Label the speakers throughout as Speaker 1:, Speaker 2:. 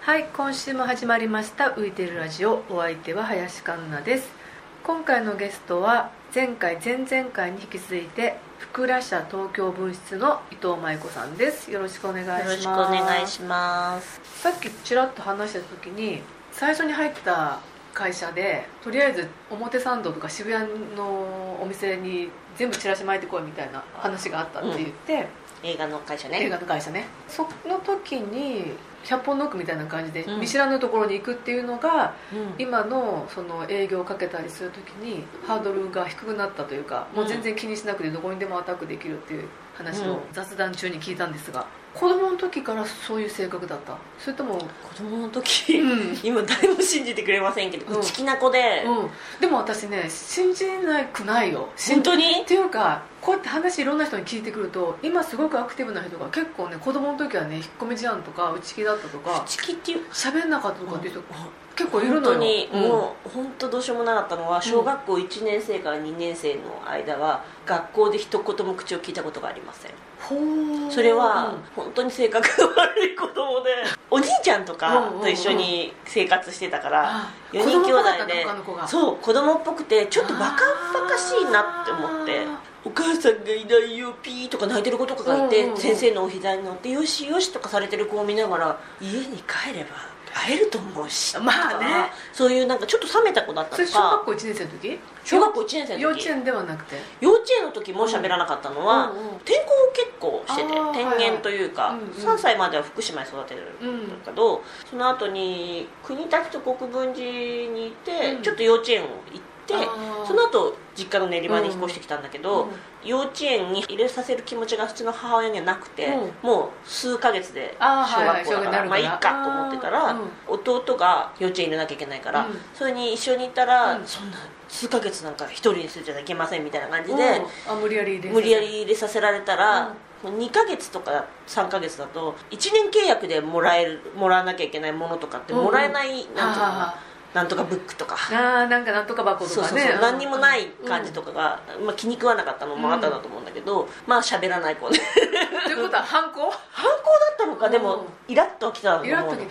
Speaker 1: はい今週も始まりました「浮いてるラジオ」お相手は林環奈です今回のゲストは前回前々回に引き続いて福良社東京分室の伊藤舞子さんですよろしくお願いします
Speaker 2: よろしくお願いします
Speaker 1: さっきちらっと話した時に最初に入った会社でとりあえず表参道とか渋谷のお店に全部チラシ巻いてこいみたいな話があったって言って、
Speaker 2: 映画の会社ね
Speaker 1: 映画の会社ねその時に100本ノックみたいな感じで
Speaker 2: うん
Speaker 1: 見知らぬところに行くっていうのが、
Speaker 2: うん
Speaker 1: 今のその営業をかけたりする時にハードルが低くなったというかもう全然気にしなくてどこにでもアタックできるっていう話
Speaker 2: う
Speaker 1: を
Speaker 2: ん
Speaker 1: 雑談中に聞いたんですが子供の時からそういう性格だったそれとも
Speaker 2: 子供の時、
Speaker 1: うん
Speaker 2: 今誰も信じてくれませんけど、
Speaker 1: うん
Speaker 2: 内気な子で、
Speaker 1: うん、でも私ね信じなくないよ信
Speaker 2: 本
Speaker 1: じ
Speaker 2: 当に
Speaker 1: っていうかこうやって話いろんな人に聞いてくると今すごくアクティブな人が結構ね子供の時はね引っ込み思案とか内気だったとか
Speaker 2: 内気っていう
Speaker 1: 喋んなかったとかっていう人
Speaker 2: 本
Speaker 1: 結構いるのよ
Speaker 2: 当に、
Speaker 1: うん
Speaker 2: もう本当どうしようもなかったのは小学校1年生から2年生の間は学校で一言も口を聞いたことがありません
Speaker 1: ほー
Speaker 2: それは本当に性格が悪い子供でおじいちゃんとかと一緒に生活してたから
Speaker 1: あ
Speaker 2: 4
Speaker 1: 子
Speaker 2: 人
Speaker 1: 供っぽ
Speaker 2: 兄
Speaker 1: か
Speaker 2: 弟
Speaker 1: ったの
Speaker 2: で
Speaker 1: 他の子が
Speaker 2: そう子供っぽくてちょっとバカバカしいなって思って
Speaker 1: あ
Speaker 2: お母さんがいないよピーとか泣いてる子とかがいて、
Speaker 1: うんうんうん
Speaker 2: 先生のお膝に乗ってよしよしとかされてる子を見ながら家に帰れば会えると思うし
Speaker 1: まあね
Speaker 2: とかそういうなんかちょっと冷めた子だった
Speaker 1: そ
Speaker 2: の
Speaker 1: れ小学
Speaker 2: か
Speaker 1: 校1年生の時
Speaker 2: 小学校1年生
Speaker 1: 幼
Speaker 2: の
Speaker 1: 稚
Speaker 2: 時
Speaker 1: 園ではなくて
Speaker 2: 幼稚園の時も喋らなかったのは、
Speaker 1: うんうん
Speaker 2: 転校を結構して
Speaker 1: あー
Speaker 2: て
Speaker 1: は
Speaker 2: 転
Speaker 1: いは
Speaker 2: 園
Speaker 1: い
Speaker 2: というか、
Speaker 1: うんうん
Speaker 2: 3歳までは福島に育てる
Speaker 1: うん
Speaker 2: だけど、その後に国立と国分寺にいて、
Speaker 1: うん
Speaker 2: ちょっと幼稚園を行って
Speaker 1: あー
Speaker 2: その後実家の練馬に引っ越してきたんだけど、幼稚園に入れさせる気持ちが普通の母親にはなくて、
Speaker 1: うん
Speaker 2: もう数ヶ月で
Speaker 1: あー
Speaker 2: 小
Speaker 1: はいはい
Speaker 2: 学校だ
Speaker 1: 小学
Speaker 2: から,、
Speaker 1: 校になるから
Speaker 2: まあいいかと思ってたら、
Speaker 1: あーうん
Speaker 2: 弟が幼稚園に入れなきゃいけないから、
Speaker 1: うん
Speaker 2: それに一緒にいたら、
Speaker 1: うん
Speaker 2: そんな数ヶ月なんか一人にするじゃいけませんみたいな感じ
Speaker 1: うん
Speaker 2: で、
Speaker 1: あ無理やり入れさせ
Speaker 2: 無理やり入れさせられたら、2ヶ月とか3ヶ月だと1年契約でもらえるもらわなきゃいけないものとかってもらえない、なんと
Speaker 1: あ
Speaker 2: かなんとかブックとか。
Speaker 1: あーなんかなんとか箱とかね
Speaker 2: そうそうそう、
Speaker 1: ん
Speaker 2: 何にもない感じとかが、まあ、気に食わなかったのもあったんだと思うんだけど、まあ喋らない子ね
Speaker 1: うんということは反抗
Speaker 2: 反抗だったのかでも、イラッとは来たん
Speaker 1: イ
Speaker 2: だ
Speaker 1: ラ
Speaker 2: と
Speaker 1: っ
Speaker 2: 思
Speaker 1: と
Speaker 2: う
Speaker 1: き
Speaker 2: の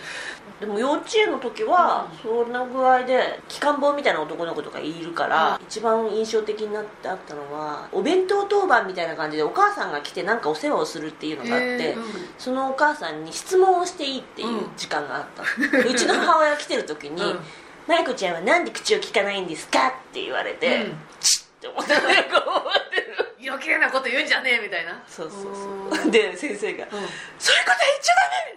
Speaker 2: でも幼稚園の時は、そんな具合で機関棒みたいな男の子とかいるから、
Speaker 1: う
Speaker 2: 一番印象的になってあったのはお弁当当番みたいな感じでお母さんが来てなんかお世話をするっていうのがあって、
Speaker 1: へーうん
Speaker 2: そのお母さんに質問をしていいっていう時間があった、 うちの母親が来てる時に
Speaker 1: うん
Speaker 2: 「まゆこちゃんはなんで口を聞かないんですか?」って言われて、
Speaker 1: う ん
Speaker 2: チッって思ったのよこう思ってる
Speaker 1: 余計なこと言うんじゃねえみたいな
Speaker 2: そうそう
Speaker 1: う
Speaker 2: そうで先生が「そういうこと言っちゃダメ!」みたいな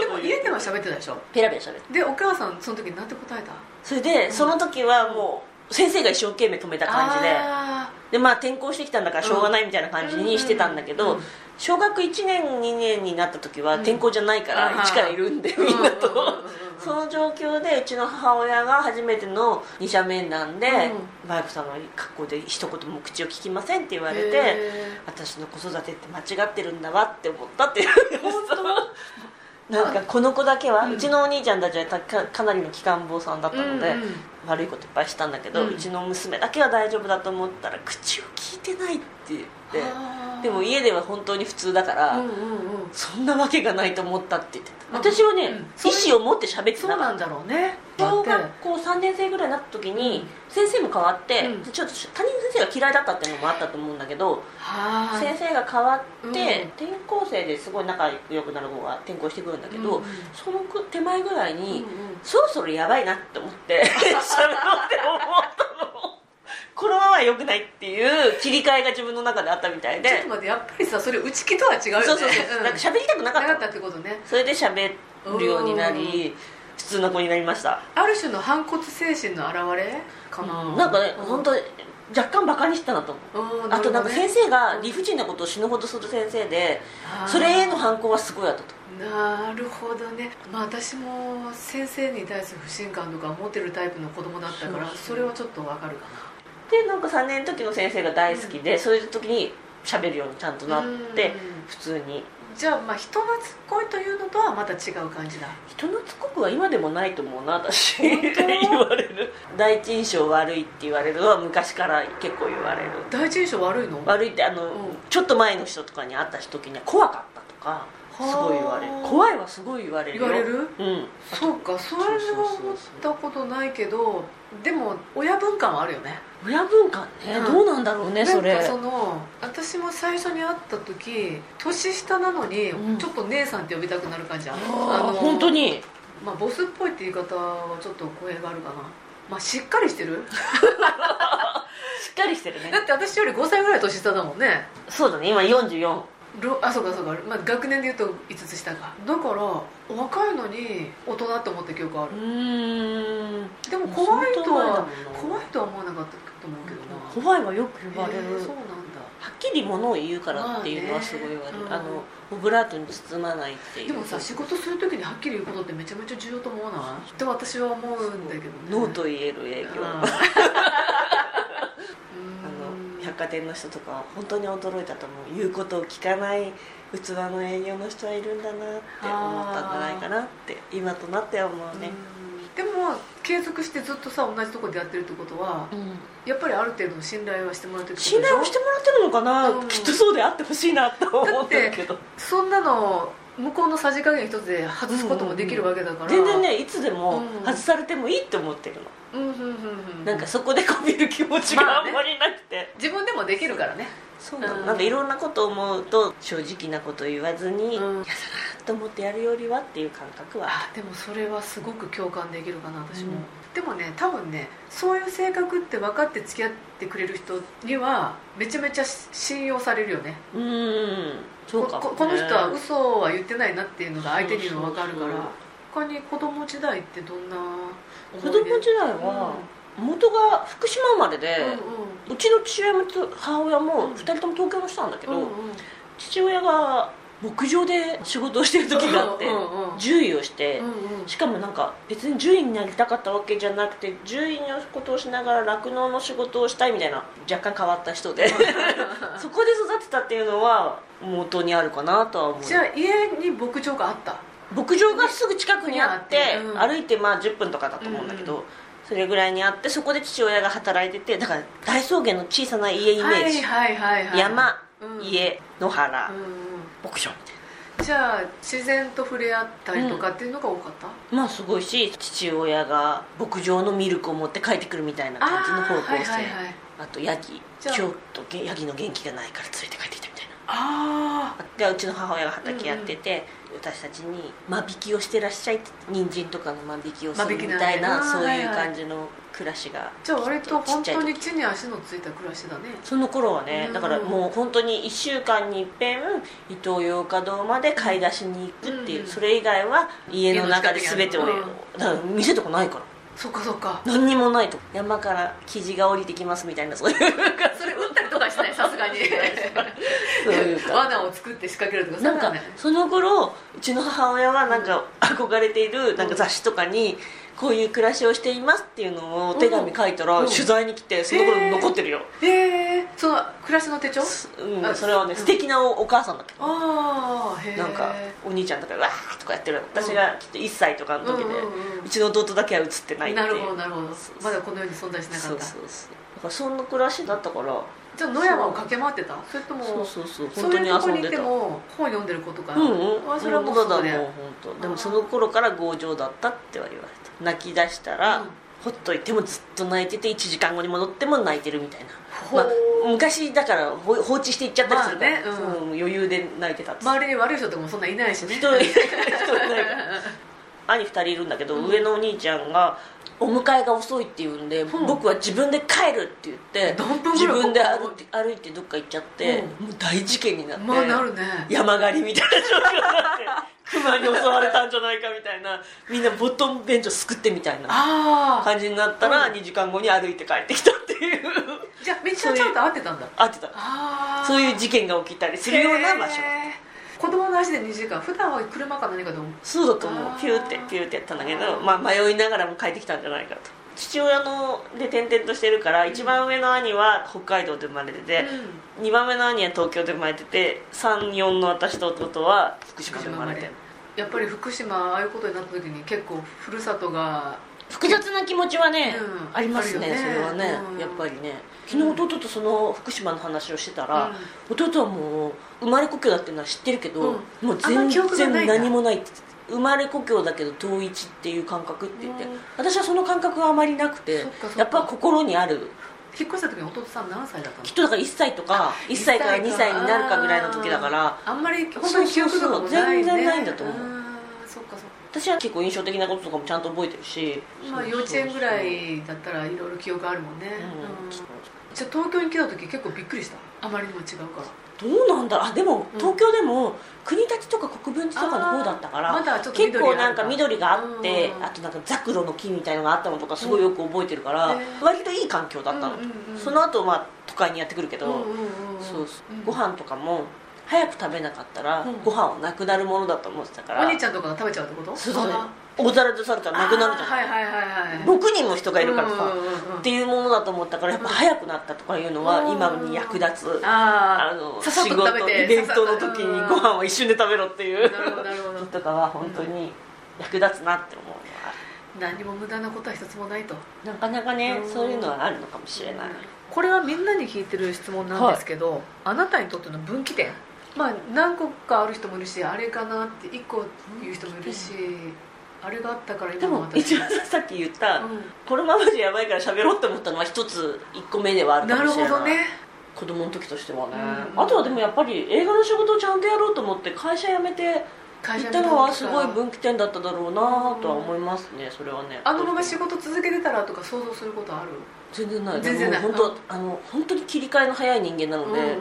Speaker 1: ん
Speaker 2: とを
Speaker 1: でも
Speaker 2: 言
Speaker 1: 家
Speaker 2: う
Speaker 1: では喋ってたでしょ
Speaker 2: ペラペラ喋って
Speaker 1: でお母さんその時なんて答えた
Speaker 2: それでその時はもう先生が一生懸命止めた感じで
Speaker 1: あ
Speaker 2: でまあ転校してきたんだからしょうがないみたいな感じにしてたんだけ
Speaker 1: う
Speaker 2: ど
Speaker 1: ん
Speaker 2: 小学1年2年になった時は
Speaker 1: ん
Speaker 2: 転校じゃないか
Speaker 1: あ
Speaker 2: ら
Speaker 1: ー
Speaker 2: 一からいるんで
Speaker 1: ー
Speaker 2: み
Speaker 1: う
Speaker 2: んな
Speaker 1: んうんうん
Speaker 2: と
Speaker 1: うんうん
Speaker 2: その状況でうちの母親が初めての二者面談で「バイクさんの格好で一言も口を聞きません」って言われて
Speaker 1: へ
Speaker 2: 「私の子育てって間違ってるんだわ」って思ったっていうなんかこの子だけは、
Speaker 1: う
Speaker 2: うんちのお兄ちゃんたちはたかかなりの機関坊さんだったので、
Speaker 1: うんうん
Speaker 2: 悪いこといっぱいしたんだけど、
Speaker 1: う
Speaker 2: うんちの娘だけは大丈夫だと思ったら口を聞いてないって言って
Speaker 1: あー
Speaker 2: でも家では本当に普通だから、
Speaker 1: うんうんうん
Speaker 2: そんなわけがないと思ったって言って
Speaker 1: う
Speaker 2: た、
Speaker 1: ん
Speaker 2: 私はね、
Speaker 1: うんそういう
Speaker 2: 意思を持って喋って
Speaker 1: そう
Speaker 2: なか
Speaker 1: な
Speaker 2: っ
Speaker 1: んだろうね
Speaker 2: た小
Speaker 1: だって
Speaker 2: 学校3年生ぐらいになった時に、
Speaker 1: うん
Speaker 2: 先生も変わって、
Speaker 1: うん
Speaker 2: ちょっと他人の先生が嫌いだったっていうのもあったと思うんだけど、
Speaker 1: は
Speaker 2: 先生が変わって、
Speaker 1: うん
Speaker 2: 転校生ですごい仲良くなる子が転校してくるんだけど、
Speaker 1: うんうん
Speaker 2: その手前ぐらい
Speaker 1: い
Speaker 2: に、
Speaker 1: うんうん
Speaker 2: そろそろやばいなって思って 喋ろうって思ったのこのまま良くないっていう切り替えが自分の中であったみたいで
Speaker 1: ちょっと待ってやっぱりさそれ内気とは違うよね
Speaker 2: そうそうそう、
Speaker 1: ん
Speaker 2: なんか喋りたくなか
Speaker 1: なか
Speaker 2: った
Speaker 1: ったってことね
Speaker 2: それで喋るようになり普通の子になりました
Speaker 1: ある種の反骨精神の表れかな
Speaker 2: なんかね、
Speaker 1: う
Speaker 2: 本当若干バカにしてたなと思う
Speaker 1: うん
Speaker 2: あとなんか先生が
Speaker 1: うん
Speaker 2: 理不尽なことを死ぬほどする先生で
Speaker 1: あー
Speaker 2: それへの反抗はすごいあったと
Speaker 1: なるほどね、まあ、私も先生に対する不信感とか持ってるタイプの子供だったから
Speaker 2: そう
Speaker 1: それはちょっとわかるか
Speaker 2: でなんか3年の時の先生が大好きで、そういう時に喋るようにちゃんと
Speaker 1: な
Speaker 2: なって
Speaker 1: うん
Speaker 2: 普通に
Speaker 1: じゃあまあ人懐っこいというのとはまた違う感じだ
Speaker 2: 人懐っこくは今でもないと思うな私
Speaker 1: 本当
Speaker 2: 言われる第一印象悪いって言われるのは昔から結構言われる
Speaker 1: 第一印象悪いの
Speaker 2: 悪いってあの、
Speaker 1: うん
Speaker 2: ちょっと前の人とかに会った時には怖かったとかすごい言われる
Speaker 1: はあ
Speaker 2: 怖いはすごい言われるよ
Speaker 1: 言われる
Speaker 2: うん
Speaker 1: そうかそれは思ったことないけどでも親分感はあるよね
Speaker 2: 親文化ね、
Speaker 1: うん
Speaker 2: どうなんだろうねそれ
Speaker 1: なんかその私も最初に会った時年下なのに、
Speaker 2: うん
Speaker 1: ちょっと姉さんって呼びたくなる感じある
Speaker 2: あの本当、に
Speaker 1: まあ、ボスっぽいって言い方はちょっと声があるかなまあしっかりしてる
Speaker 2: しっかりしてるね
Speaker 1: だって私より5歳ぐらい年下だもんね
Speaker 2: そうだね今44
Speaker 1: ろあそうかそうか、まあ、学年で言うと5つ下かだから若いのに大人って思った記憶あ
Speaker 2: う
Speaker 1: る
Speaker 2: ーん
Speaker 1: でも怖いとは
Speaker 2: 怖
Speaker 1: 怖いとは思わなかったと思うけどな
Speaker 2: 怖い怖いはよく言われる、
Speaker 1: へえそうなんだ
Speaker 2: はっきりものを言うからっていうのはすごい言われる、
Speaker 1: まあ
Speaker 2: あ
Speaker 1: ね
Speaker 2: のオブラートに包まないっていう
Speaker 1: でもさ仕事する時にはっきり言うことってめちゃめちゃ重要と思わないって私は思うんだけどね
Speaker 2: ノーと言える営 業、
Speaker 1: うん
Speaker 2: あの百貨店の人とかは本当に驚いたと思う言うことを聞かない器の営業の人はいるんだなって思ったんじゃないかなって今となっては思うね、
Speaker 1: うんでも継続してずっとさ同じとこでやってるってことはやっぱりある程度の信頼はしてもらってるってこと
Speaker 2: 信
Speaker 1: でしょ
Speaker 2: 頼をしてもらってるのかな、
Speaker 1: うん
Speaker 2: きっとそうであってほしいなと思ってるけど
Speaker 1: そんなの向こうのさじ加減一つで外すこともできるわけだから、
Speaker 2: 全然ねいつでも
Speaker 1: うん
Speaker 2: 外されてもいいって思ってるの、
Speaker 1: うんうんうんうん
Speaker 2: なんかそこでこびる気持ち
Speaker 1: ま
Speaker 2: が
Speaker 1: あ
Speaker 2: あ
Speaker 1: ね
Speaker 2: んまりなくて、
Speaker 1: 自分でもできるからね
Speaker 2: そうな
Speaker 1: うん
Speaker 2: のなんかいろんなことを思うと正直なこと言わずに、
Speaker 1: うん
Speaker 2: やだなと思ってやるよりはっていう感覚は
Speaker 1: あでもそれはすごく共感できるかな私も、
Speaker 2: うん
Speaker 1: でもね多分ねそういう性格って分かって付き合ってくれる人にはめちゃめちゃ信用されるよね
Speaker 2: うーんそうかもね、
Speaker 1: ここの人は嘘は言ってないなっていうのが相手にも分かるから
Speaker 2: そうそう
Speaker 1: 他に子供時代ってどんな
Speaker 2: 子供時代は、元が福島生まれで、
Speaker 1: 代うん
Speaker 2: うちの父親もと母親も
Speaker 1: うん
Speaker 2: 2人とも東京の人なんだけど、
Speaker 1: うんうんうん
Speaker 2: 父親が牧場で仕事をしてる時があって、
Speaker 1: うんうんうん
Speaker 2: 獣医をして、
Speaker 1: うんうん
Speaker 2: しかもなんか別に獣医になりたかったわけじゃなくて獣医のことをしながら酪農の仕事をしたいみたいな若干変わった人で そこで育てたっていうのは元にあるかなとは思う
Speaker 1: じゃあ家に牧場があった
Speaker 2: 牧場がすぐ近くにあって
Speaker 1: うん
Speaker 2: 歩いてまあ10分とかだと思うんだけど、
Speaker 1: うん
Speaker 2: それぐらいにあってそこで父親が働いててだから大草原の小さな家イメ
Speaker 1: は
Speaker 2: ー
Speaker 1: い
Speaker 2: ジ、
Speaker 1: はいはいはい
Speaker 2: 山、
Speaker 1: うん
Speaker 2: 家野原
Speaker 1: うん、うん
Speaker 2: 牧場みたい
Speaker 1: じゃあ自然と触れ合ったりとかっていうのが多かった、
Speaker 2: なまあすごいし父親が牧場のミルクを持って帰ってくるみたいな感じの方向性、
Speaker 1: はいはいはい
Speaker 2: あとヤギ
Speaker 1: じゃ
Speaker 2: 今
Speaker 1: あ
Speaker 2: 日とげヤギの元気がないから連れて帰ってきたみたいな
Speaker 1: ああ
Speaker 2: でうちの母親が畑やってて、私たちに間引きをしてらっしゃいって人参とかの間引きをするみた
Speaker 1: 間引
Speaker 2: いな
Speaker 1: きなんだ
Speaker 2: そうい
Speaker 1: あー
Speaker 2: う
Speaker 1: はいはい
Speaker 2: 感じの暮らしが
Speaker 1: じゃあ割と本当
Speaker 2: ちっちゃい
Speaker 1: に地に足のついた暮らしだね
Speaker 2: その頃はね、
Speaker 1: うん
Speaker 2: だからもう本当に1週間に一遍伊東洋華堂まで買い出しに行くっていう、
Speaker 1: うん
Speaker 2: それ以外は家の中で全てをやる
Speaker 1: 家の近
Speaker 2: だから店とかないから
Speaker 1: そっかそっか
Speaker 2: 何にもないと山から生地が降りてきますみたいなそういう
Speaker 1: それ打ったりとかしないさすが に
Speaker 2: そういう感じ
Speaker 1: 罠を作って仕掛けるとか
Speaker 2: なんか
Speaker 1: ね
Speaker 2: その頃うちの母親はなんか憧れているなんか雑誌とかにこういう暮らしをしていますっていうのをお手紙書いたら
Speaker 1: うん
Speaker 2: 取材に来てその頃残ってるよ、
Speaker 1: へえその暮らしの手帳
Speaker 2: うん、それはね素敵なおお母さんだけど
Speaker 1: ああへえ
Speaker 2: なんかお兄ちゃんとかわーとかやってるの私がきっと1歳とかの時で
Speaker 1: うんうんうん
Speaker 2: うちの弟だけは映ってないってい
Speaker 1: な
Speaker 2: う
Speaker 1: るほどなるほど
Speaker 2: そう
Speaker 1: まだこの世に存在しな
Speaker 2: そ
Speaker 1: かっ
Speaker 2: う
Speaker 1: た
Speaker 2: そうそうだからそんな暮らしだったから
Speaker 1: じゃあ野山を駆け回ってたそれとも
Speaker 2: そうそうそう
Speaker 1: そ
Speaker 2: 本
Speaker 1: う
Speaker 2: 当
Speaker 1: いう
Speaker 2: に
Speaker 1: とこ
Speaker 2: 遊
Speaker 1: に
Speaker 2: ん
Speaker 1: 行っ
Speaker 2: で
Speaker 1: て
Speaker 2: た
Speaker 1: も本読んでる子とか
Speaker 2: うんうん
Speaker 1: あそれはもう
Speaker 2: 本当
Speaker 1: そこで
Speaker 2: だもう本当でもその頃から強情だったっては言われた泣き出したら、
Speaker 1: うん
Speaker 2: ほっといてもずっと泣いてて1時間後に戻っても泣いてるみたいな、
Speaker 1: ほ
Speaker 2: ま
Speaker 1: う
Speaker 2: あ、昔だからほ放置していっちゃったりするから、
Speaker 1: まあねうん
Speaker 2: そう余裕で泣いてたっつって
Speaker 1: 周りに悪い人とかもそんないないしね
Speaker 2: 一人 一人いないから兄2人いるんだけど、上のお兄ちゃんがお迎えが遅いって言うんで、
Speaker 1: うん
Speaker 2: 僕は自分で帰るって言って
Speaker 1: 何分ぐ
Speaker 2: 自
Speaker 1: らい
Speaker 2: 分で歩いて歩いてどっか行っちゃって、もう大事件になって、
Speaker 1: まあなるね
Speaker 2: 山狩りみたいな状況になって 熊に襲われたんじゃないかみたいなみんなボットン便所すくってみたいな
Speaker 1: ああ
Speaker 2: 感じになったら2時間後に歩いて帰ってきたっていう
Speaker 1: じゃあみんなちゃんと合ってたんだ
Speaker 2: あってた
Speaker 1: ああ
Speaker 2: そういう事件が起きたりするような場所
Speaker 1: へー子供の足で2時間普段は車か何かでも
Speaker 2: そうだと思
Speaker 1: あ
Speaker 2: う
Speaker 1: ー
Speaker 2: ピューってピューってやったんだけ
Speaker 1: あ
Speaker 2: ど、
Speaker 1: ー
Speaker 2: まあ、迷いながらも帰ってきたんじゃないかと父親ので転々としてるから一番上の兄は北海道で生まれてて、2番目の兄は東京で生まれてて34の私と弟は福島で生まれてる
Speaker 1: やっぱり福島ああいうことになった時に結構ふるさとが
Speaker 2: 複雑な気持ちはね、
Speaker 1: うん
Speaker 2: ありますね
Speaker 1: あるよね
Speaker 2: それはね、
Speaker 1: うん
Speaker 2: やっぱりね昨日弟とその福島の話をしてたら、弟はもう生まれ故郷だっていうのは知ってるけど、
Speaker 1: うんあ
Speaker 2: もう
Speaker 1: ん
Speaker 2: 全
Speaker 1: ま記憶がない
Speaker 2: 然
Speaker 1: んだ
Speaker 2: 何もないって言ってた生まれ故郷だけど遠一っていう感覚って言って、
Speaker 1: うん
Speaker 2: 私はその感覚があまりなくて
Speaker 1: そっかそっか
Speaker 2: やっぱ心にある
Speaker 1: 引っ越した時に弟さん何歳だったの
Speaker 2: きっとだから1歳とか1歳から2歳になるかぐらいの時だから
Speaker 1: あーあんまり本当に記憶とかもない、ね、
Speaker 2: そうそうそう全然ないんだと思う
Speaker 1: あーそっかそっ
Speaker 2: 私は結構印象的なこととかもちゃんと覚えてるし
Speaker 1: かまあ幼稚園ぐらいだったらいろいろ記憶あるもんね、
Speaker 2: そうそう
Speaker 1: うん
Speaker 2: そう
Speaker 1: じゃあ東京に来た時結構びっくりしたあまりにも違うから
Speaker 2: うんどうなんだろうあでも
Speaker 1: うん
Speaker 2: 東京でも国立とか国分寺とかの方だったから、
Speaker 1: まだちょっと
Speaker 2: 結
Speaker 1: 緑
Speaker 2: 構
Speaker 1: あ
Speaker 2: なん
Speaker 1: る
Speaker 2: か緑があって
Speaker 1: うん
Speaker 2: あとなんかザクロの木みたいのがあったのとかすごいよく覚えてるから、
Speaker 1: うんへー
Speaker 2: 割といい環境だったの、
Speaker 1: うんうんうん
Speaker 2: その後まあ都会にやってくるけど、
Speaker 1: うんうんうんうん
Speaker 2: そうそう
Speaker 1: うん
Speaker 2: ご飯とかも早く食べなかったら、
Speaker 1: うん
Speaker 2: ご飯はなくなるものだと思ってたか
Speaker 1: お
Speaker 2: ら
Speaker 1: 兄ちゃんとかが食べちゃうってこと
Speaker 2: そうだね
Speaker 1: あ
Speaker 2: 大皿でされた
Speaker 1: ー
Speaker 2: らなくなるじゃん、
Speaker 1: はいはいはいはい
Speaker 2: 6人の人がいるからさ、
Speaker 1: うんうんうんうん
Speaker 2: っていうものだと思ったからやっぱ早くなったとかいうの
Speaker 1: う
Speaker 2: は
Speaker 1: ん
Speaker 2: 今に役立つ、
Speaker 1: あ
Speaker 2: あの
Speaker 1: ささっと食べて
Speaker 2: イベントの時にご飯は一瞬で食べろってい
Speaker 1: あ
Speaker 2: う
Speaker 1: なるほどなるほど
Speaker 2: とかは本当に役立つなって思うのはあ
Speaker 1: 何も無駄なことは一つもないと
Speaker 2: るなかなかね
Speaker 1: うん
Speaker 2: そういうのはあるのかもしれない
Speaker 1: これはみんなに聞いてる質問なんですけど、あなたにとっての分岐点まあ何個かある人もいるしあれかなって1個言う人もいるしあれがあったから
Speaker 2: で
Speaker 1: 今の
Speaker 2: も
Speaker 1: 私
Speaker 2: 一番さっき言った、
Speaker 1: う
Speaker 2: このままじゃやばいから喋ろうって思ったのは一つ一個目ではあ
Speaker 1: ん
Speaker 2: るか
Speaker 1: なる
Speaker 2: もしれな
Speaker 1: ほ
Speaker 2: い
Speaker 1: どね
Speaker 2: 子供の時としてはね、
Speaker 1: うん
Speaker 2: あとはでもやっぱり映画の仕事をちゃんとやろうと思って会社辞めて行
Speaker 1: 会社
Speaker 2: っ
Speaker 1: に
Speaker 2: たのはすごい分岐点だっただろうなとは思いますねそれはね
Speaker 1: あのまま仕事続けてたらとか想像することある
Speaker 2: 全然ない
Speaker 1: 全然ない
Speaker 2: もう本当あの本当に切り替えの早い人間なので、
Speaker 1: うんうん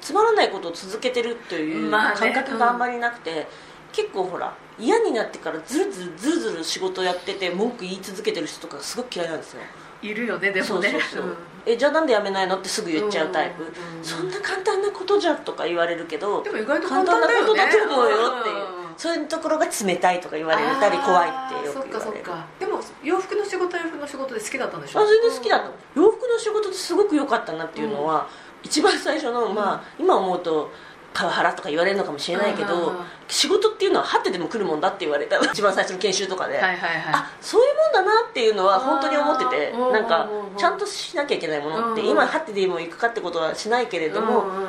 Speaker 2: つまらないことを続けてるという
Speaker 1: まあ
Speaker 2: 感
Speaker 1: ね
Speaker 2: 覚があんまりなくて、結構ほら嫌になってからずるずるずるずる仕事やってて文句言い続けてる人とかすごく嫌いなんですよ
Speaker 1: うんいるよねでもね
Speaker 2: そうそうそう、えじゃあなんで辞めないのってすぐ言っちゃうタイプ、
Speaker 1: うんうんうん
Speaker 2: そんな簡単なことじゃんとか言われるけど
Speaker 1: んでも意外と
Speaker 2: 簡
Speaker 1: 簡単
Speaker 2: 単な
Speaker 1: だよね
Speaker 2: ことだと思うよっていう、
Speaker 1: ん
Speaker 2: そういうところが冷たいとか言われたり怖いっ
Speaker 1: あ
Speaker 2: てよ
Speaker 1: ー
Speaker 2: く言わ
Speaker 1: そっかそ
Speaker 2: れ
Speaker 1: っ
Speaker 2: る
Speaker 1: かでも洋服の仕事は洋服の仕事で好きだったんでしょ
Speaker 2: あ全然好きだった、洋服の仕事ってすごく良かったなっていうのは、一番最初の、まあ、今思うとパワハラとか言われるのかもしれないけど、
Speaker 1: うんうんうん
Speaker 2: 仕事っていうのははってでも来るもんだって言われ た一番最初の研修とかで、
Speaker 1: はいはいはい
Speaker 2: あそういうもんだなっていうのは本当に思ってて
Speaker 1: あー
Speaker 2: なんか
Speaker 1: うんうんうん
Speaker 2: ちゃんとしなきゃいけないものって、
Speaker 1: うんうん
Speaker 2: 今はってでも行くかってことはしないけれども、
Speaker 1: うんうんうん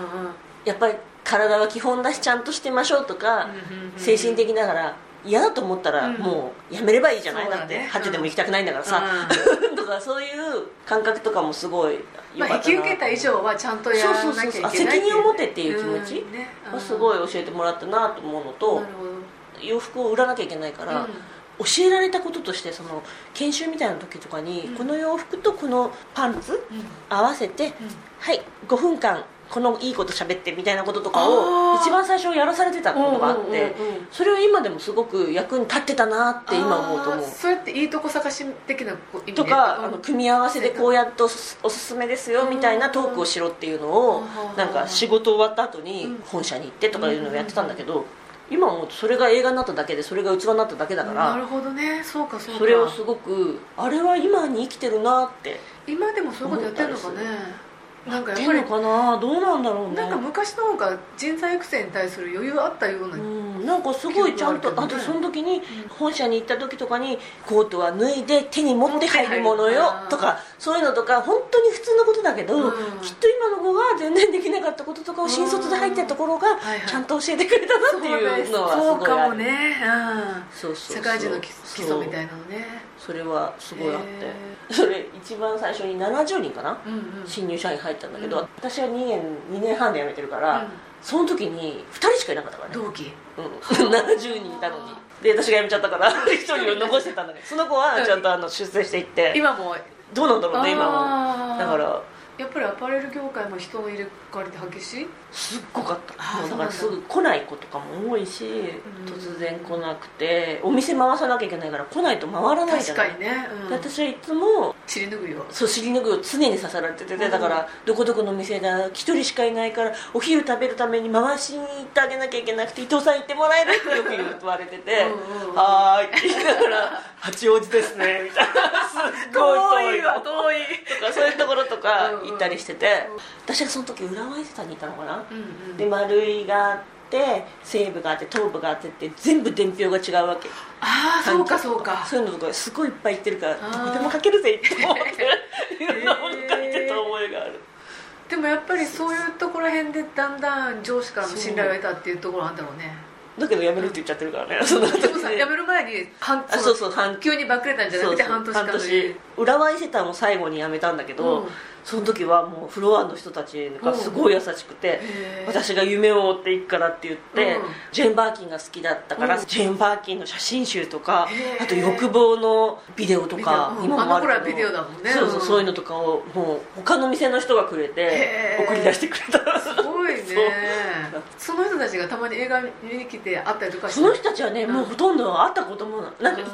Speaker 2: やっぱり体は基本だしちゃんとしてましょうとか、
Speaker 1: うんうんうん
Speaker 2: 精神的だから嫌だと思った
Speaker 1: う
Speaker 2: ら
Speaker 1: ん
Speaker 2: もうやめればいいじゃない、
Speaker 1: そう
Speaker 2: だ
Speaker 1: だ
Speaker 2: っ
Speaker 1: ね
Speaker 2: てはってでも行きたくないんだからさ、 とかそういう感覚とかもすごい
Speaker 1: まあ
Speaker 2: 良か
Speaker 1: 引
Speaker 2: っ
Speaker 1: き
Speaker 2: な
Speaker 1: 受けた以上はちゃんとやらなきゃいけない
Speaker 2: そうそうそうあ責任を持てっていう気持ち
Speaker 1: んね
Speaker 2: あすご
Speaker 1: い
Speaker 2: い教えてもらったなと思うの
Speaker 1: な
Speaker 2: と
Speaker 1: るほど
Speaker 2: 洋服を売らなきゃいけないから、
Speaker 1: うん
Speaker 2: 教えられたこととしてその研修みたいな時とかに、
Speaker 1: うん
Speaker 2: この洋服とこのパンツ
Speaker 1: うん
Speaker 2: 合わせてはい5分間このいいこと喋ってみたいなこととか
Speaker 1: あ
Speaker 2: を
Speaker 1: ー
Speaker 2: 一番最初やらされてたことがあって、
Speaker 1: うんうんうんうん
Speaker 2: それを今でもすごく役に立ってたなって今思うと
Speaker 1: あ
Speaker 2: 思う
Speaker 1: ーそうやっていいとこ探し的なこう意味で
Speaker 2: とか、
Speaker 1: うん
Speaker 2: あの組み合わせでこうやっておすおすすめですよみたいなトークをしろっていうのを、
Speaker 1: うん
Speaker 2: なんか仕事終わった後に
Speaker 1: うん
Speaker 2: 本社に行ってとかいうのをやってたんだけど、今はもうそれが映画になっただけでそれが器になっただけだか
Speaker 1: な
Speaker 2: ら、
Speaker 1: るほどねそうかそうか
Speaker 2: それをすごくあれは今に生きてるなって
Speaker 1: 今でもそういうことやってるのかねなんかや
Speaker 2: い
Speaker 1: っ
Speaker 2: い
Speaker 1: ぱり
Speaker 2: のかなどうなんだろうね
Speaker 1: なんか昔の方が人材育成に対する余裕あったような、
Speaker 2: うん、なんかすごいちゃんと
Speaker 1: 記憶があ
Speaker 2: あ
Speaker 1: るけど
Speaker 2: と
Speaker 1: ね
Speaker 2: その時に本社に行った時とかにコートは脱いで手に持って入るものよ
Speaker 1: 持って入る
Speaker 2: とかそういうのとか本当に普通のことだけど、
Speaker 1: うん
Speaker 2: きっと今の子が全然できなかったこととかを新卒で入ったところが
Speaker 1: はいはい
Speaker 2: ちゃんと教えてくれたなっていうのはす
Speaker 1: そう
Speaker 2: ごいあ
Speaker 1: かも
Speaker 2: る
Speaker 1: ね、
Speaker 2: そう
Speaker 1: うん、
Speaker 2: そうそう
Speaker 1: 世界中の基基礎みた
Speaker 2: い
Speaker 1: いなのね
Speaker 2: それはすごいあって、
Speaker 1: へ
Speaker 2: それ一番最初に70人かな、
Speaker 1: うんうん
Speaker 2: 新入社員入ったんだけど、
Speaker 1: うん
Speaker 2: 私は2年2年半で辞めてるから、
Speaker 1: うん
Speaker 2: その時に2人しかいなかったからね
Speaker 1: 同期
Speaker 2: うん、70人いたのにで私が辞めちゃったから一人を残してたんだけどその子はちゃんとあの出世していって
Speaker 1: 今も
Speaker 2: どうなんだろうね今は
Speaker 1: あー
Speaker 2: だから
Speaker 1: やっぱりアパレル業界も人の入れ替わりって激しい
Speaker 2: すっごかった
Speaker 1: あー
Speaker 2: もうだからす
Speaker 1: そうな
Speaker 2: ぐ来ない子とかも多いし
Speaker 1: ん
Speaker 2: 突然来なくてお店回さなきゃいけないから来ないと回らないじ
Speaker 1: 確
Speaker 2: ゃな
Speaker 1: かに
Speaker 2: い
Speaker 1: ね、うん、
Speaker 2: で私はいつも
Speaker 1: 尻拭いを
Speaker 2: そう尻拭いを常にさせられてて
Speaker 1: うん
Speaker 2: だからどこどこの店だ一人しかいないからお昼食べるために回しに行ってあげなきゃいけなくて伊藤さん行ってもらえるってよく言われてて
Speaker 1: うんうんう
Speaker 2: 「
Speaker 1: ん
Speaker 2: はーい」って言いながら「八王子ですね」みたいなすっごい遠いわと
Speaker 1: 遠い
Speaker 2: かそういうところとか行ったりしてて
Speaker 1: うん
Speaker 2: 私がその時浦和伊勢丹にいたのかな
Speaker 1: うんうん
Speaker 2: で丸井があっって西部があって東部があってって全部伝票が違うわけ
Speaker 1: ああそうかそうか
Speaker 2: そういうのとかすごいいっぱい言ってるから
Speaker 1: あー
Speaker 2: どこでも書けるぜって思っていろんなもの書いてた思いがある、
Speaker 1: でもやっぱりそういうところら辺でだんだん上司からの信頼を得たっていうところあんだろうね
Speaker 2: だけどやめるって言っちゃってるからねその後
Speaker 1: でもさ
Speaker 2: ね
Speaker 1: 辞める前に半
Speaker 2: あそうそう半
Speaker 1: 急にばっくれたんじゃなくて半年間
Speaker 2: 半年浦和伊勢丹も最後に辞めたんだけど、
Speaker 1: うん
Speaker 2: その時はもうフロアの人たちがすごい優しくて、
Speaker 1: へー
Speaker 2: 私が夢を追っていくからって言って、
Speaker 1: うん
Speaker 2: ジェーン・バーキンが好きだったから、
Speaker 1: うん
Speaker 2: ジェーン・バーキンの写真集とか
Speaker 1: へー
Speaker 2: あと欲望のビデオとか、
Speaker 1: ビデオうん
Speaker 2: 今もある
Speaker 1: あの頃
Speaker 2: けど
Speaker 1: はビデオだもんね
Speaker 2: そうそううんそういうのとかをもう他の店の人がくれて
Speaker 1: へー
Speaker 2: 送り出してくれた
Speaker 1: すごいね そ
Speaker 2: そう
Speaker 1: の人たちがたまに映画見に来て会ったりとかして
Speaker 2: その人たちはね、
Speaker 1: うん
Speaker 2: もうほとんど会ったこともないなんか
Speaker 1: うん
Speaker 2: 1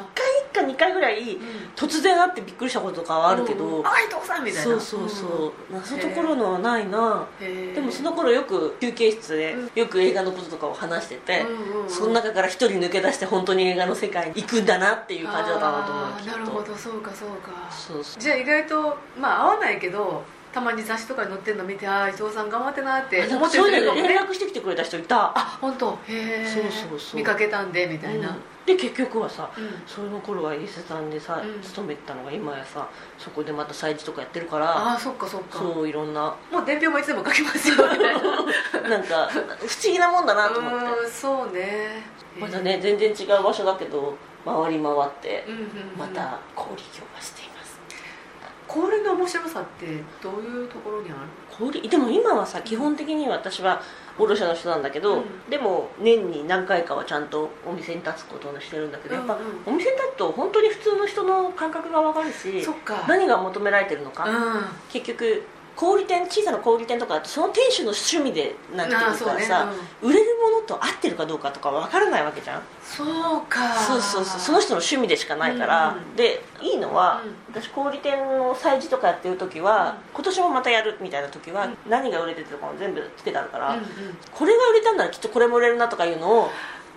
Speaker 2: 回か2回ぐらい、突然会ってびっくりしたこととかはあるけど、
Speaker 1: うんああ伊藤さんみたいな
Speaker 2: そうそうそう、謎ところのはないな
Speaker 1: へー
Speaker 2: でもその頃よく休憩室で
Speaker 1: うん
Speaker 2: よく映画のこととかを話してて、
Speaker 1: うんうんうん
Speaker 2: その中から一人抜け出して本当に映画の世界に行くんだなっていう感じだったなと思う
Speaker 1: あ
Speaker 2: きっ
Speaker 1: ー
Speaker 2: と
Speaker 1: なるほどそうかそうか
Speaker 2: そうそう
Speaker 1: じゃあ意外とまあ合わないけどたまに雑誌とかに載ってるの見てああ伊藤さん頑張ってなって
Speaker 2: あで
Speaker 1: 思
Speaker 2: も
Speaker 1: ってる
Speaker 2: そう
Speaker 1: 人い
Speaker 2: いう
Speaker 1: るか
Speaker 2: の
Speaker 1: も
Speaker 2: 連
Speaker 1: ね
Speaker 2: 絡してきてくれた人いたあ
Speaker 1: あ本当へえ
Speaker 2: そうそうそう
Speaker 1: 見かけたんでみたいな、
Speaker 2: うんで結局はさ、
Speaker 1: うん
Speaker 2: その頃は伊勢さんでさ、
Speaker 1: うん
Speaker 2: 勤めてたのが今やさそこでまた催事とかやってるから
Speaker 1: ああそっかそっか
Speaker 2: そういろんな
Speaker 1: もう伝票もいつでも書きますよみたいな う
Speaker 2: なんか不思議なもんだなと思って
Speaker 1: ーんそうね
Speaker 2: またね全然違う場所だけど回り回って
Speaker 1: うんうんうん
Speaker 2: また氷業がしています
Speaker 1: 氷の面白さってどういうところにある
Speaker 2: 氷でも今はさ基本的に私は卸者の人なんだけど、
Speaker 1: うん
Speaker 2: でも年に何回かはちゃんとお店に立つことをしてるんだけど、やっ
Speaker 1: うん
Speaker 2: ぱお店に立つと本当に普通の人の感覚が分かるし
Speaker 1: そっか
Speaker 2: 何が求められてるのか、
Speaker 1: う
Speaker 2: 結局小売店小さな小売店とかだとその店主の趣味でなっ
Speaker 1: ん
Speaker 2: てく
Speaker 1: ああ
Speaker 2: る
Speaker 1: そ
Speaker 2: か
Speaker 1: う
Speaker 2: ら
Speaker 1: ね
Speaker 2: さ、
Speaker 1: うん
Speaker 2: 売れるものと合ってるかどうかとか分からないわけじゃん
Speaker 1: そうか
Speaker 2: そうそうそうその人の趣味でしかないから、
Speaker 1: うん
Speaker 2: でいいのは、
Speaker 1: う
Speaker 2: 私小売店の催事とかやってる時は、今年もまたやるみたいな時は、
Speaker 1: うん
Speaker 2: 何が売れてるとかも全部つけてあるから、
Speaker 1: うんうん
Speaker 2: これが売れたんならきっとこれも売れるなとかいうのを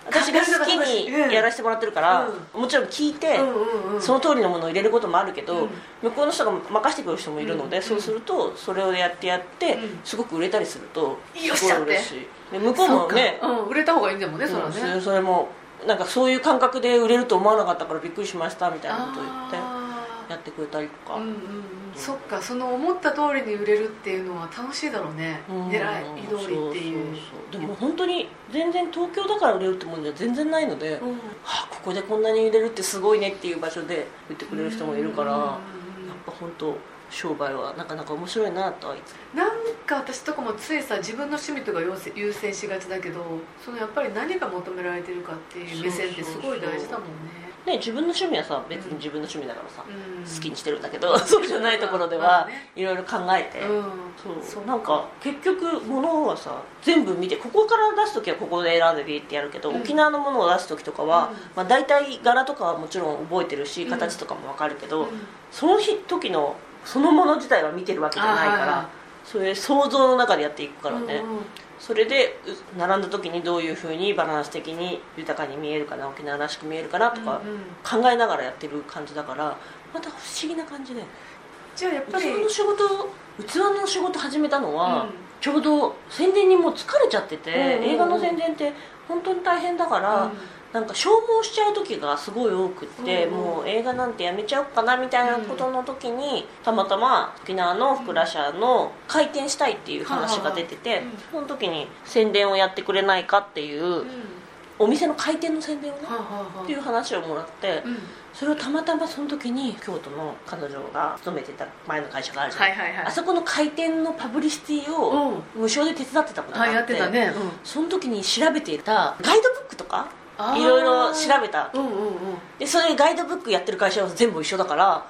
Speaker 2: 私が好きにやらせてもらってるから、もちろん聞いて、
Speaker 1: うんうんうん
Speaker 2: その通りのものを入れることもあるけ
Speaker 1: う
Speaker 2: ど、
Speaker 1: ん
Speaker 2: 向こうの人が任せてくる人もいるので、
Speaker 1: うん
Speaker 2: そうするとそれをやってやって、
Speaker 1: うん
Speaker 2: すごく売れたりすると
Speaker 1: よっ
Speaker 2: す
Speaker 1: し
Speaker 2: ご
Speaker 1: ゃ
Speaker 2: い
Speaker 1: って
Speaker 2: 嬉しいで向こうもね
Speaker 1: そうかうん売れた方がいいんだもんねそれは
Speaker 2: そう
Speaker 1: ね
Speaker 2: それもなんかそういう感覚で売れると思わなかったからびっくりしましたみたいなことを言って
Speaker 1: あ
Speaker 2: やってくれたりと
Speaker 1: ー
Speaker 2: か、
Speaker 1: うんうんうんそっかその思った通りに売れるっていうのは楽しいだろうね
Speaker 2: うん
Speaker 1: 狙い通りっていう
Speaker 2: そうそうそうでも本当に全然東京だから売れるってもんじゃ全然ないので、は
Speaker 1: うん
Speaker 2: あここでこんなに売れるってすごいねっていう場所で売ってくれる人もいるから、
Speaker 1: うんうん
Speaker 2: やっぱ本当商売はなかなか面白いなとはいつも
Speaker 1: なんか私とかもついさ自分の趣味とか優先優先しがちだけどそのやっぱり何が求められてるかっていう目線ってすごい大事だもんね
Speaker 2: ね自分の趣味はさ別に自分の趣味だからさ、
Speaker 1: うん
Speaker 2: 好きにしてるんだけど、そうじゃないところで
Speaker 1: まあ
Speaker 2: は
Speaker 1: ね
Speaker 2: いろいろ考えて、
Speaker 1: うん
Speaker 2: そ
Speaker 1: そう
Speaker 2: うなんか結局物はさ全部見てここから出す時はここで選んでビーってやるけど、
Speaker 1: うん
Speaker 2: 沖縄のものを出す時とかは、
Speaker 1: うん
Speaker 2: まあ、大体柄とかはもちろん覚えてるし
Speaker 1: うん
Speaker 2: 形とかも分かるけど、
Speaker 1: うん
Speaker 2: その日時のそのもの自体は見てるわけじゃないか
Speaker 1: あー
Speaker 2: らそれ想像の中でやっていくからね、
Speaker 1: うんうん
Speaker 2: それでう並んだ時にどういうふうにバランス的に豊かに見えるかな沖縄らしく見えるかなとか
Speaker 1: うんうん
Speaker 2: 考えながらやってる感じだからまた不思議な感じだよね
Speaker 1: じゃあやっ
Speaker 2: 器
Speaker 1: ぱり
Speaker 2: の仕事器の仕事始めたのは、
Speaker 1: うん
Speaker 2: ちょうど宣伝にもう疲れちゃってて、
Speaker 1: うんうんうん
Speaker 2: 映画の宣伝って本当に大変だから、
Speaker 1: うん
Speaker 2: なんか消耗しちゃう時がすごい多くって、
Speaker 1: うんうん
Speaker 2: もう映画なんてやめちゃおうかなみたいなことの時に、たまたま沖縄の福良社の開店したいっていう話が出てて、
Speaker 1: うん
Speaker 2: その時に宣伝をやってくれないかっていう、
Speaker 1: うん
Speaker 2: お店の開店の宣伝をね、
Speaker 1: はあはあはあ
Speaker 2: っていう話をもらって、
Speaker 1: うん
Speaker 2: それをたまたまその時に京都の彼女が勤めてた前の会社があるじゃん、
Speaker 1: はいはいはい
Speaker 2: あそこの開店のパブリシティを
Speaker 1: うん
Speaker 2: 無償で手伝ってたことがあ
Speaker 1: あ
Speaker 2: って
Speaker 1: やってたねうん
Speaker 2: その時に調べていたガイドブックとか
Speaker 1: あー
Speaker 2: いろいろ調べた
Speaker 1: うんうんうん
Speaker 2: でそういうガイドブックやってる会社は全部一緒だから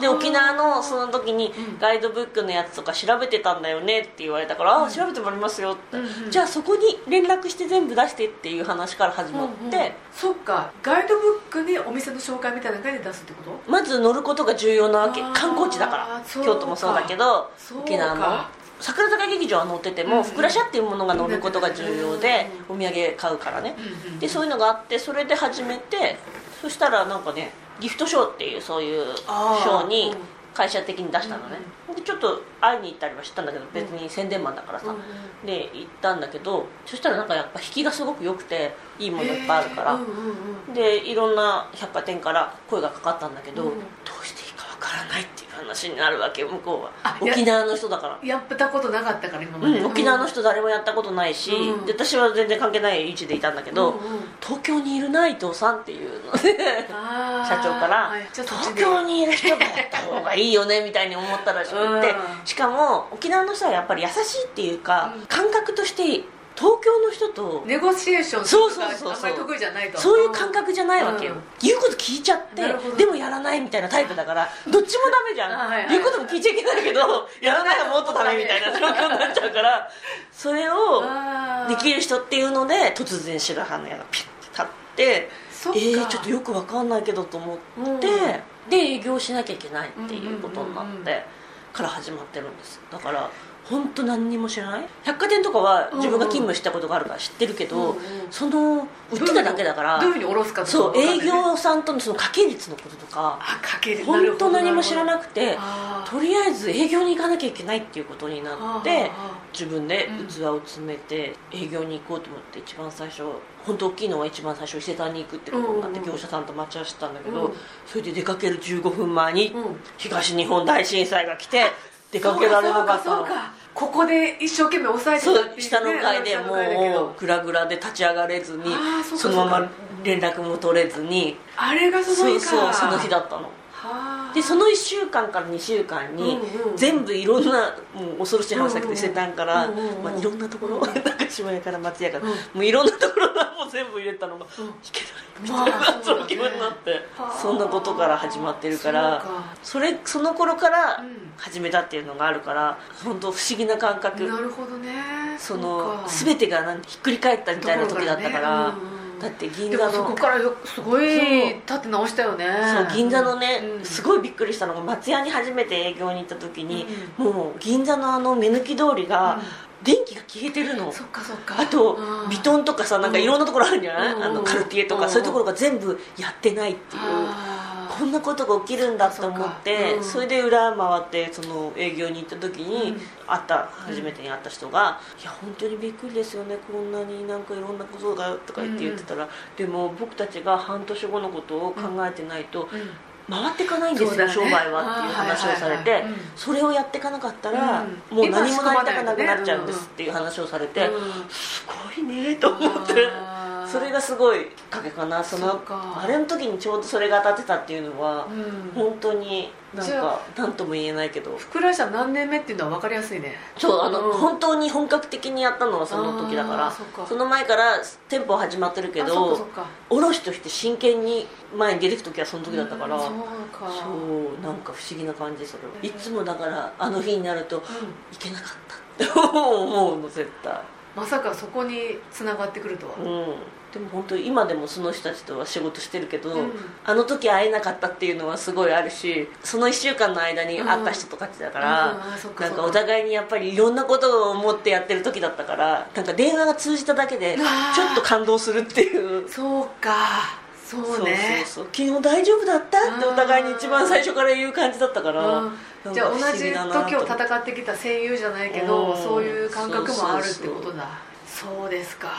Speaker 2: で
Speaker 1: はあ
Speaker 2: 沖縄のその時に
Speaker 1: うん
Speaker 2: ガイドブックのやつとか調べてたんだよねって言われたから、あ
Speaker 1: うん
Speaker 2: 調べてもらいますよって、
Speaker 1: うんうん
Speaker 2: じゃあそこに連絡して全部出してっていう話から始まって、
Speaker 1: うんうんそっかガイドブックにお店の紹介みたいな感じで出すってこと
Speaker 2: まず乗ることが重要なわけ
Speaker 1: あー
Speaker 2: 観光地だから
Speaker 1: そうか
Speaker 2: 京都もそうだけど
Speaker 1: そうか
Speaker 2: 沖縄も桜坂劇場は乗ってて
Speaker 1: うんう
Speaker 2: も
Speaker 1: ん
Speaker 2: ふくらしゃっていうものが乗ることが重要で
Speaker 1: う
Speaker 2: お土産買うからね
Speaker 1: うんうん
Speaker 2: でそういうのがあってそれで始めてそしたらなんかねギフトショーっていうそういうシ
Speaker 1: あー
Speaker 2: ョーに
Speaker 1: うん
Speaker 2: 会社的に出したのね、でちょっと会いに行ったりはしたんだけど別に宣伝マンだからさ、で行ったんだけどそしたらなんかやっぱ引きがすごく良くていいものいっぱいあるから、
Speaker 1: うんうん
Speaker 2: でいろんな百貨店から声がかかったんだけど、
Speaker 1: うん
Speaker 2: どうしていいかわからないっていう話になるわけ向こう
Speaker 1: あ
Speaker 2: はい
Speaker 1: や
Speaker 2: 沖縄の人だから
Speaker 1: うん、やったことなかったから今ま
Speaker 2: う
Speaker 1: で、
Speaker 2: ん、沖縄の人誰もやったことないし、
Speaker 1: うん
Speaker 2: で私は全然関係ない位置でいたんだけ
Speaker 1: うんう
Speaker 2: ど、
Speaker 1: ん
Speaker 2: 東京にいるな伊藤さんっていうので
Speaker 1: あー
Speaker 2: 社長から、
Speaker 1: はいちょっと
Speaker 2: 東京にいる人がやった方がいいよねみたいに思ったらしくっ
Speaker 1: う
Speaker 2: て、
Speaker 1: ん
Speaker 2: しかも沖縄の人はやっぱり優しいっていうか、
Speaker 1: うん
Speaker 2: 感覚として東京の人と
Speaker 1: ネゴシエーションするのがあんまり得意じゃないと
Speaker 2: そういう感覚じゃないわけよ、
Speaker 1: うん
Speaker 2: 言うこと聞いちゃって
Speaker 1: なるほど
Speaker 2: でもやらないみたいなタイプだからどっちもダメじゃん、
Speaker 1: あはいはい
Speaker 2: 言うことも聞いちゃいけないけどやらないはもっとダメみたいな状況になっちゃうからそれをでき
Speaker 1: る
Speaker 2: る人っていうので突然白羽の矢がピュッて立って
Speaker 1: そっか
Speaker 2: えー、ちょっとよくわかんないけどと思って、
Speaker 1: うん
Speaker 2: で営業しなきゃいけないっていうことになっ
Speaker 1: うんうんうんうん
Speaker 2: てから始まってるんですだから本当何にも知らない百貨店とかは自分が勤務したことがあるから知ってるけど、
Speaker 1: うんうん
Speaker 2: その売ってただけだから
Speaker 1: どういうふうに下ろすかとか
Speaker 2: そう
Speaker 1: わかん
Speaker 2: 営
Speaker 1: ないね
Speaker 2: 業さんとのその掛け率のこととか
Speaker 1: あかける
Speaker 2: 本当何も知ら
Speaker 1: く
Speaker 2: なくてとりあえず営業に行かなきゃいけないっていうことになって自分で
Speaker 1: うん
Speaker 2: 器を詰めて営業に行こうと思って一番最初本当大きいのは一番最初伊勢丹に行くってことになって
Speaker 1: うんうんうん
Speaker 2: 業者さんと待ち合わせたんだけ
Speaker 1: う
Speaker 2: ど
Speaker 1: ん
Speaker 2: それで出かける15分前に
Speaker 1: うん
Speaker 2: 東日本大震災が来て出かけられなかっ
Speaker 1: そう
Speaker 2: た
Speaker 1: かそう
Speaker 2: の
Speaker 1: かそうかここで一生懸命抑えてた
Speaker 2: そ
Speaker 1: っていうね
Speaker 2: 下の階でも
Speaker 1: 下の階だけど
Speaker 2: うグラグラで立ち上がれずに
Speaker 1: あーそうか
Speaker 2: そ
Speaker 1: そうか
Speaker 2: のまま連絡も取れずに
Speaker 1: あれがすご
Speaker 2: そ
Speaker 1: いうか
Speaker 2: そうその日だったの
Speaker 1: はあ
Speaker 2: でその1週間から2週間に
Speaker 1: うんうん
Speaker 2: 全部いろんなもう恐ろしい話
Speaker 1: う
Speaker 2: だけ
Speaker 1: んう
Speaker 2: ど
Speaker 1: ん
Speaker 2: 伊勢丹から、
Speaker 1: うんうんうん
Speaker 2: まあ、いろんなところなんか下屋から松屋から、
Speaker 1: うん
Speaker 2: もういろんなところがもう全部入れたのが、
Speaker 1: うん
Speaker 2: いけないみ
Speaker 1: ま
Speaker 2: た
Speaker 1: あ
Speaker 2: いな、
Speaker 1: そ
Speaker 2: そ
Speaker 1: だ
Speaker 2: う
Speaker 1: ね
Speaker 2: の気分になって
Speaker 1: はあ
Speaker 2: そんなことから始まってるから
Speaker 1: そうか
Speaker 2: それその頃から
Speaker 1: うん
Speaker 2: 始めたっていうのがあるから本当不思議な感覚
Speaker 1: なるほどね
Speaker 2: その
Speaker 1: そうか
Speaker 2: 全てがなんかひっくり返ったみたいな時だった
Speaker 1: とこ
Speaker 2: から
Speaker 1: ろがねうんうん
Speaker 2: だって銀
Speaker 1: で
Speaker 2: 座
Speaker 1: も
Speaker 2: の
Speaker 1: そこからよすごい立て直したよね
Speaker 2: そう銀座のね、
Speaker 1: うん
Speaker 2: すごいびっくりしたのが松屋に初めて営業に行った時に、もう銀座のあの目抜き通り
Speaker 1: うん
Speaker 2: が電気が消えてるの、
Speaker 1: そっかそっか
Speaker 2: あと
Speaker 1: うん
Speaker 2: ヴィトンとかさなんかいろんなところあるんじゃない、
Speaker 1: うん
Speaker 2: あのカルティエとか、
Speaker 1: うん
Speaker 2: そういうところが全部やってないっていう、
Speaker 1: あー
Speaker 2: こんなことが起きるんだと思って
Speaker 1: そっ
Speaker 2: そ,、
Speaker 1: かうん
Speaker 2: れで裏回ってその営業に行った時に、
Speaker 1: うん
Speaker 2: 会った初めてに会った人が「いや本当にびっくりですよねこんなになんかいろんなことが」とか言って言ってたら、でも僕たちが半年後のことを考えてないと、
Speaker 1: うん
Speaker 2: 回っていかないんです
Speaker 1: そうだ
Speaker 2: よ、
Speaker 1: ね
Speaker 2: 商売はっていう話をさ
Speaker 1: あー
Speaker 2: れ
Speaker 1: はい
Speaker 2: て
Speaker 1: はいはいうん
Speaker 2: それをやっていかなかったら、
Speaker 1: うん
Speaker 2: もう何もなりたくなくなっちゃ
Speaker 1: 今仕組まない
Speaker 2: うんで
Speaker 1: とね
Speaker 2: すっていう話をされて、
Speaker 1: うん
Speaker 2: すごいねと思って
Speaker 1: あー
Speaker 2: それがすごいきっかけかなその
Speaker 1: そうか
Speaker 2: あれの時にちょうどそれが当たってたっていうのは、
Speaker 1: うん
Speaker 2: 本当になん
Speaker 1: じゃあ
Speaker 2: か何とも言えないけど
Speaker 1: ふくら社何年目っていうのは分かりやすいね
Speaker 2: そうあの、
Speaker 1: うん
Speaker 2: 本当に本格的にやったのはその時だから
Speaker 1: あーそっか
Speaker 2: の前から店舗始まってるけ
Speaker 1: あそっかそっ
Speaker 2: ど
Speaker 1: か
Speaker 2: 卸として真剣に前に出てく時はその時だったから。
Speaker 1: うんそうか
Speaker 2: そうなんか不思議な感じそれは
Speaker 1: うん
Speaker 2: いつもだからあの日になると、い
Speaker 1: うん
Speaker 2: けなかったって思うの絶対
Speaker 1: まさかそこに繋がってくるとは
Speaker 2: うんでも本当に今でもその人たちとは仕事してるけど、
Speaker 1: うん
Speaker 2: あの時会えなかったっていうのはすごいあるしその1週間の間に会った人とかってだから、
Speaker 1: うんうんあそっか
Speaker 2: な
Speaker 1: そっ
Speaker 2: ん
Speaker 1: か
Speaker 2: かお互いにやっぱりいろんなことを思ってやってる時だったからなんか電話が通じただけでちょ
Speaker 1: あー
Speaker 2: っと感動するっていう
Speaker 1: そうかそうね
Speaker 2: そうそうそう昨日大丈夫だったってお互いに一番最初から言う感じだったから、
Speaker 1: うんじゃあ同じ時を
Speaker 2: 叩
Speaker 1: 戦ってきた戦友じゃないけど
Speaker 2: うん
Speaker 1: そういう感覚もあるってことだそうですか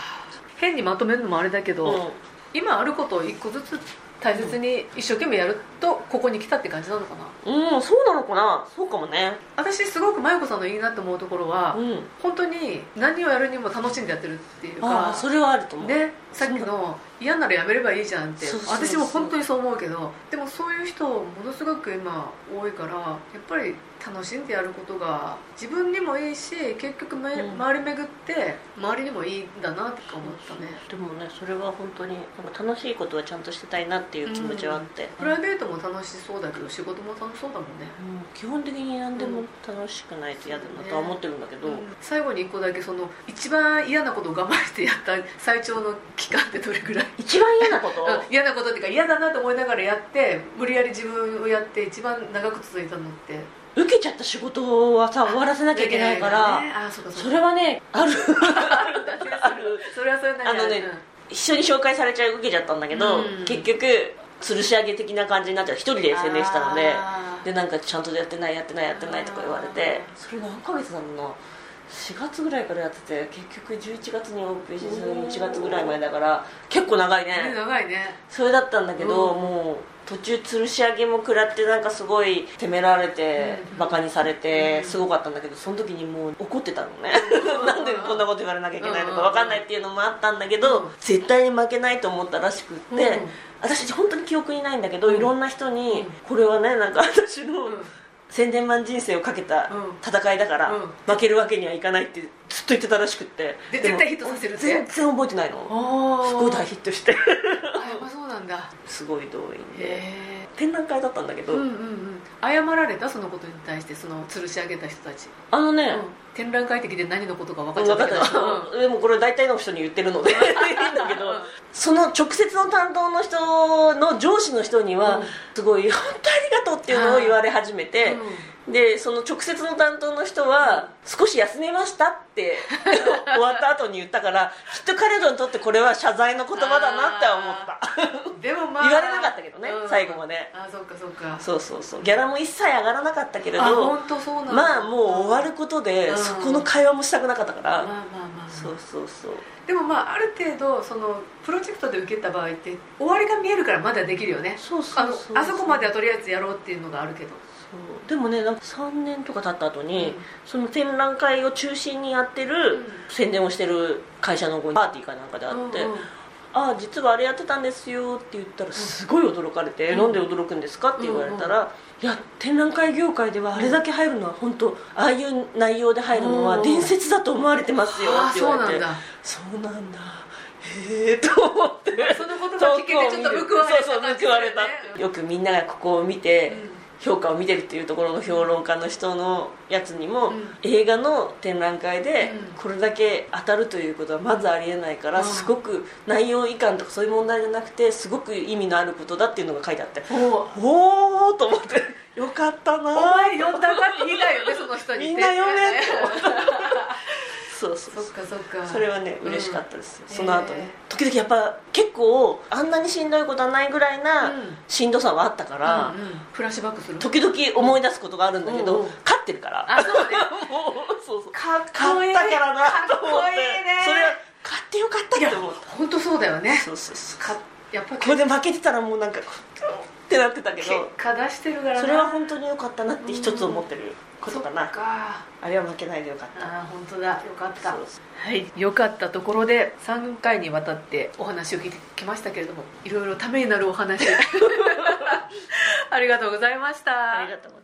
Speaker 1: 変にまとめるのもあれだけど、今あることを一個ずつ大切に一生懸命やるとここに来たって感じなのかな
Speaker 2: うん、うん、そうなのかなそうかもね
Speaker 1: 私すごく麻由子さんのいいなと思うところは、
Speaker 2: うん
Speaker 1: 本当に何をやるにも楽しんでやってるっていう
Speaker 2: あ
Speaker 1: か
Speaker 2: あそれはあると思う、
Speaker 1: ね、さっきの嫌ならやめればいいじゃんって
Speaker 2: そうそうそう
Speaker 1: 私も本当にそう思うけどでもそういう人ものすごく今多いからやっぱり楽しんでやることが自分にもいいし結局め、
Speaker 2: うん
Speaker 1: 周り巡って周りにもいいんだなって思ったね
Speaker 2: でもねそれは本当になんか楽しいことはちゃんとしてたいなっていう気持ちはあって、
Speaker 1: プライベートも楽しそうだけど仕事も楽しそうだもんね
Speaker 2: うん基本的に何でも楽しくないと嫌だなとは思ってるんだけど、
Speaker 1: うん最後に一個だけその一番嫌なことを我慢してやった最長の期間ってどれぐらい
Speaker 2: 一番嫌なこと
Speaker 1: うん嫌なことっていうか嫌だなと思いながらやって無理やり自分をやって一番長く続いたのって
Speaker 2: 受けちゃった仕事はさ終わらせなきゃいけないから、
Speaker 1: ねあそうか
Speaker 2: そ
Speaker 1: そうか
Speaker 2: れはねある
Speaker 1: あるそれはそれなりに
Speaker 2: あのね一緒に紹介されちゃう受けちゃったんだけど、
Speaker 1: うん
Speaker 2: 結局吊るし上げ的な感じになっちゃう一人で
Speaker 1: うん
Speaker 2: SNS したので
Speaker 1: あ
Speaker 2: でなんかちゃんとやってないやってないやってないとか言われて
Speaker 1: あ
Speaker 2: それ何ヶ月だろうな4月ぐらいからやってて結局11月にオープンしてそれも1月ぐらい前だから結構長いね
Speaker 1: ね長いね
Speaker 2: それだったんだけど、
Speaker 1: うん
Speaker 2: もう途中吊るし上げも食らってなんかすごい責められて、
Speaker 1: うん
Speaker 2: バカにされて、
Speaker 1: うん
Speaker 2: すごかったんだけどその時にもう怒ってたのね なんでこんなこと言われなきゃいけないのか分かんないっていうのもあったんだけど、
Speaker 1: うん
Speaker 2: 絶対に負けないと思ったらしくって、
Speaker 1: うん
Speaker 2: 私本当に記憶にないんだけど、
Speaker 1: うん
Speaker 2: いろんな人に、
Speaker 1: うん
Speaker 2: これはねなんか 私の、
Speaker 1: うん
Speaker 2: 千年万人生をかけた
Speaker 1: うん
Speaker 2: 戦いだから、
Speaker 1: うん
Speaker 2: 負けるわけにはいかないってずっと言ってたらしくって
Speaker 1: で
Speaker 2: で
Speaker 1: 絶
Speaker 2: も
Speaker 1: 対ヒットさせるって
Speaker 2: 全然覚えてないの
Speaker 1: ああ
Speaker 2: すごい大ヒットして
Speaker 1: あやっぱそうなんだ
Speaker 2: すごい動員で
Speaker 1: へ
Speaker 2: 展覧会だったんだけ
Speaker 1: え
Speaker 2: ど、
Speaker 1: うんうんうん謝られたそのことに対してその吊るし上げた人たち、
Speaker 2: あのね、
Speaker 1: うん展覧会的で何のことか分かっ
Speaker 2: 分
Speaker 1: ちゃ
Speaker 2: か
Speaker 1: っ
Speaker 2: ったた
Speaker 1: けど
Speaker 2: でしょ、でもこれ大体の人に言ってるのでいいん だけどその直接の担当の人の上司の人には、
Speaker 1: うん
Speaker 2: すごい「本当ありがとう」っていうのを言われ始めて、でその直接の担当の人は「少し休めました」って 終わった後に言ったからきっと彼らにとってこれは謝罪の言葉だなって思った
Speaker 1: うんでもまあ
Speaker 2: 言われなかったけどね、
Speaker 1: うん
Speaker 2: 最後まで
Speaker 1: あそっかそっか
Speaker 2: そうそうそうギャラも一切上がらなかったけれ
Speaker 1: あ
Speaker 2: ど
Speaker 1: 本当そうなんだ
Speaker 2: まあもう終わることで、
Speaker 1: うん
Speaker 2: そこの会話もしたくなかったか
Speaker 1: ま
Speaker 2: ら、
Speaker 1: あまあまあ
Speaker 2: そうそうそう
Speaker 1: でもまあある程度そのプロジェクトで受けた場合って終わりが見えるからまだできるよね
Speaker 2: そう
Speaker 1: あのあそこまではとりあえずやろうっていうのがあるけど
Speaker 2: そうでもねなんか3年とか経った後に、
Speaker 1: うん
Speaker 2: その展覧会を中心にやってる、
Speaker 1: うん
Speaker 2: 宣伝をしてる会社のパーティーかなんかであって、
Speaker 1: うんうん
Speaker 2: ああ実はあれやってたんですよって言ったらすごい驚かれて、
Speaker 1: うん
Speaker 2: なんで驚くんですかって言われたら、いや展覧会業界ではあれだけ入るのは本当ああいう内容で入るの
Speaker 1: う
Speaker 2: は
Speaker 1: ん
Speaker 2: 伝説だと思われてますよ
Speaker 1: ああ
Speaker 2: って
Speaker 1: そ
Speaker 2: 言
Speaker 1: う
Speaker 2: わ
Speaker 1: な
Speaker 2: れ
Speaker 1: ん
Speaker 2: て
Speaker 1: だ
Speaker 2: そうなんだへえと思って
Speaker 1: その言葉聞けてちょっと報われた
Speaker 2: そう
Speaker 1: 感
Speaker 2: そ
Speaker 1: じ
Speaker 2: う報
Speaker 1: だ
Speaker 2: わ
Speaker 1: よね
Speaker 2: れたってよくみんながここを見て、評価を見てるっていうところの評論家の人のやつにも、
Speaker 1: うん
Speaker 2: 映画の展覧会で
Speaker 1: うん
Speaker 2: これだけ当たるということはまずありえないから、
Speaker 1: うん
Speaker 2: すごく内容いかんとかそういう問題じゃなくてすごく意味のあることだっていうのが書いてあって
Speaker 1: うんおう
Speaker 2: おおと思って よかった
Speaker 1: お
Speaker 2: な
Speaker 1: 前呼んだかって言いたいよねその人に
Speaker 2: みんな呼べと
Speaker 1: ね
Speaker 2: そうそう
Speaker 1: そっかそっか
Speaker 2: それはね
Speaker 1: うん
Speaker 2: 嬉しかったですよ、
Speaker 1: うん
Speaker 2: その後
Speaker 1: へ
Speaker 2: ね
Speaker 1: え
Speaker 2: 時々やっぱ結構あんなにしんどいことはないぐらいな
Speaker 1: うん
Speaker 2: しんどさはあったから、
Speaker 1: うんうんフラッシュバックする
Speaker 2: 時々思い出すことがあるんだけど、
Speaker 1: うんうん
Speaker 2: 勝ってるから
Speaker 1: あそうね
Speaker 2: もうそうそう
Speaker 1: かっ
Speaker 2: 買ったからなと思
Speaker 1: かっ
Speaker 2: って
Speaker 1: こいいね
Speaker 2: それは買ってよかったって思っ
Speaker 1: 本当そうだよね
Speaker 2: たそうそうそう
Speaker 1: かやっぱ
Speaker 2: これで負けてたらもうなんかこうってなってたけ
Speaker 1: 結
Speaker 2: ど
Speaker 1: 果出してるからな
Speaker 2: それは本当によかったなって一つ思ってることか
Speaker 1: そ
Speaker 2: な
Speaker 1: っか
Speaker 2: あれは負けないでよかっ
Speaker 1: ああ本当だよかったた
Speaker 2: そうそう
Speaker 1: はいよかったところで3回にわたってお話を聞いてきましたけれ どもいろいろためになるお話 ありがとうございました
Speaker 2: ありがとうございます